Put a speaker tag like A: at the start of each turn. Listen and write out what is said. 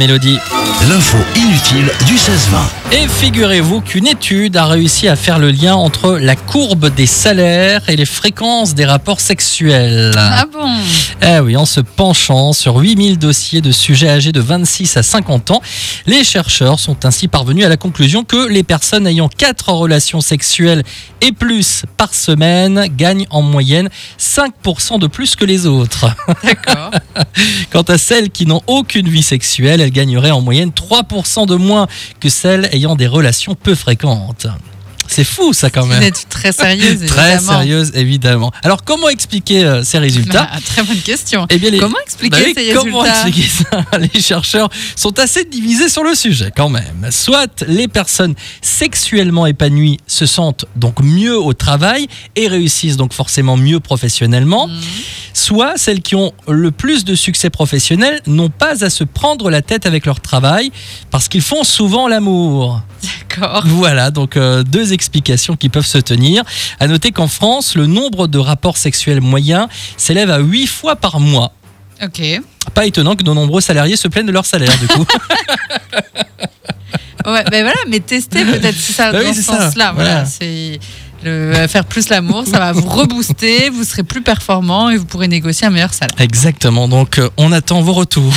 A: Mélodie.
B: L'info inutile du 16-20.
A: Et figurez-vous qu'une étude a réussi à faire le lien entre la courbe des salaires et les fréquences des rapports sexuels.
C: Ah bon
A: Eh oui, en se penchant sur 8000 dossiers de sujets âgés de 26 à 50 ans, les chercheurs sont ainsi parvenus à la conclusion que les personnes ayant 4 relations sexuelles et plus par semaine gagnent en moyenne 5% de plus que les autres.
C: D'accord.
A: Quant à celles qui n'ont aucune vie sexuelle, elles gagneraient en moyenne 3% de moins que celles ayant des relations peu fréquentes. C'est fou ça quand
C: Vous
A: même.
C: êtes très sérieuse,
A: Très
C: évidemment.
A: sérieuse évidemment. Alors comment expliquer euh, ces résultats
C: Bah, très bonne question.
A: Eh bien les
C: Comment expliquer
A: bah oui,
C: ces
A: comment
C: résultats
A: expliquer ça Les chercheurs sont assez divisés sur le sujet quand même. Soit les personnes sexuellement épanouies se sentent donc mieux au travail et réussissent donc forcément mieux professionnellement,
C: Mhm.
A: soit celles qui ont le plus de succès professionnel n'ont pas à se prendre la tête avec leur travail parce qu'ils font souvent l'amour.
C: D'accord.
A: Voilà, donc euh, deux explications qui peuvent se tenir. À noter qu'en France, le nombre de rapports sexuels moyens s'élève à 8 fois par mois.
C: Ok.
A: Pas étonnant que de nombreux salariés se plaignent de leur salaire du coup.
C: Ouais, ben voilà, mais tester peut-être si ça
A: Bah oui,
C: dans
A: c'est
C: ce
A: ça.
C: sens-là. Voilà.
A: Voilà.
C: c'est le- euh, faire plus l'amour, ça va vous rebooster, vous serez plus performant et vous pourrez négocier un meilleur salaire.
A: Exactement, donc euh, on attend vos retours.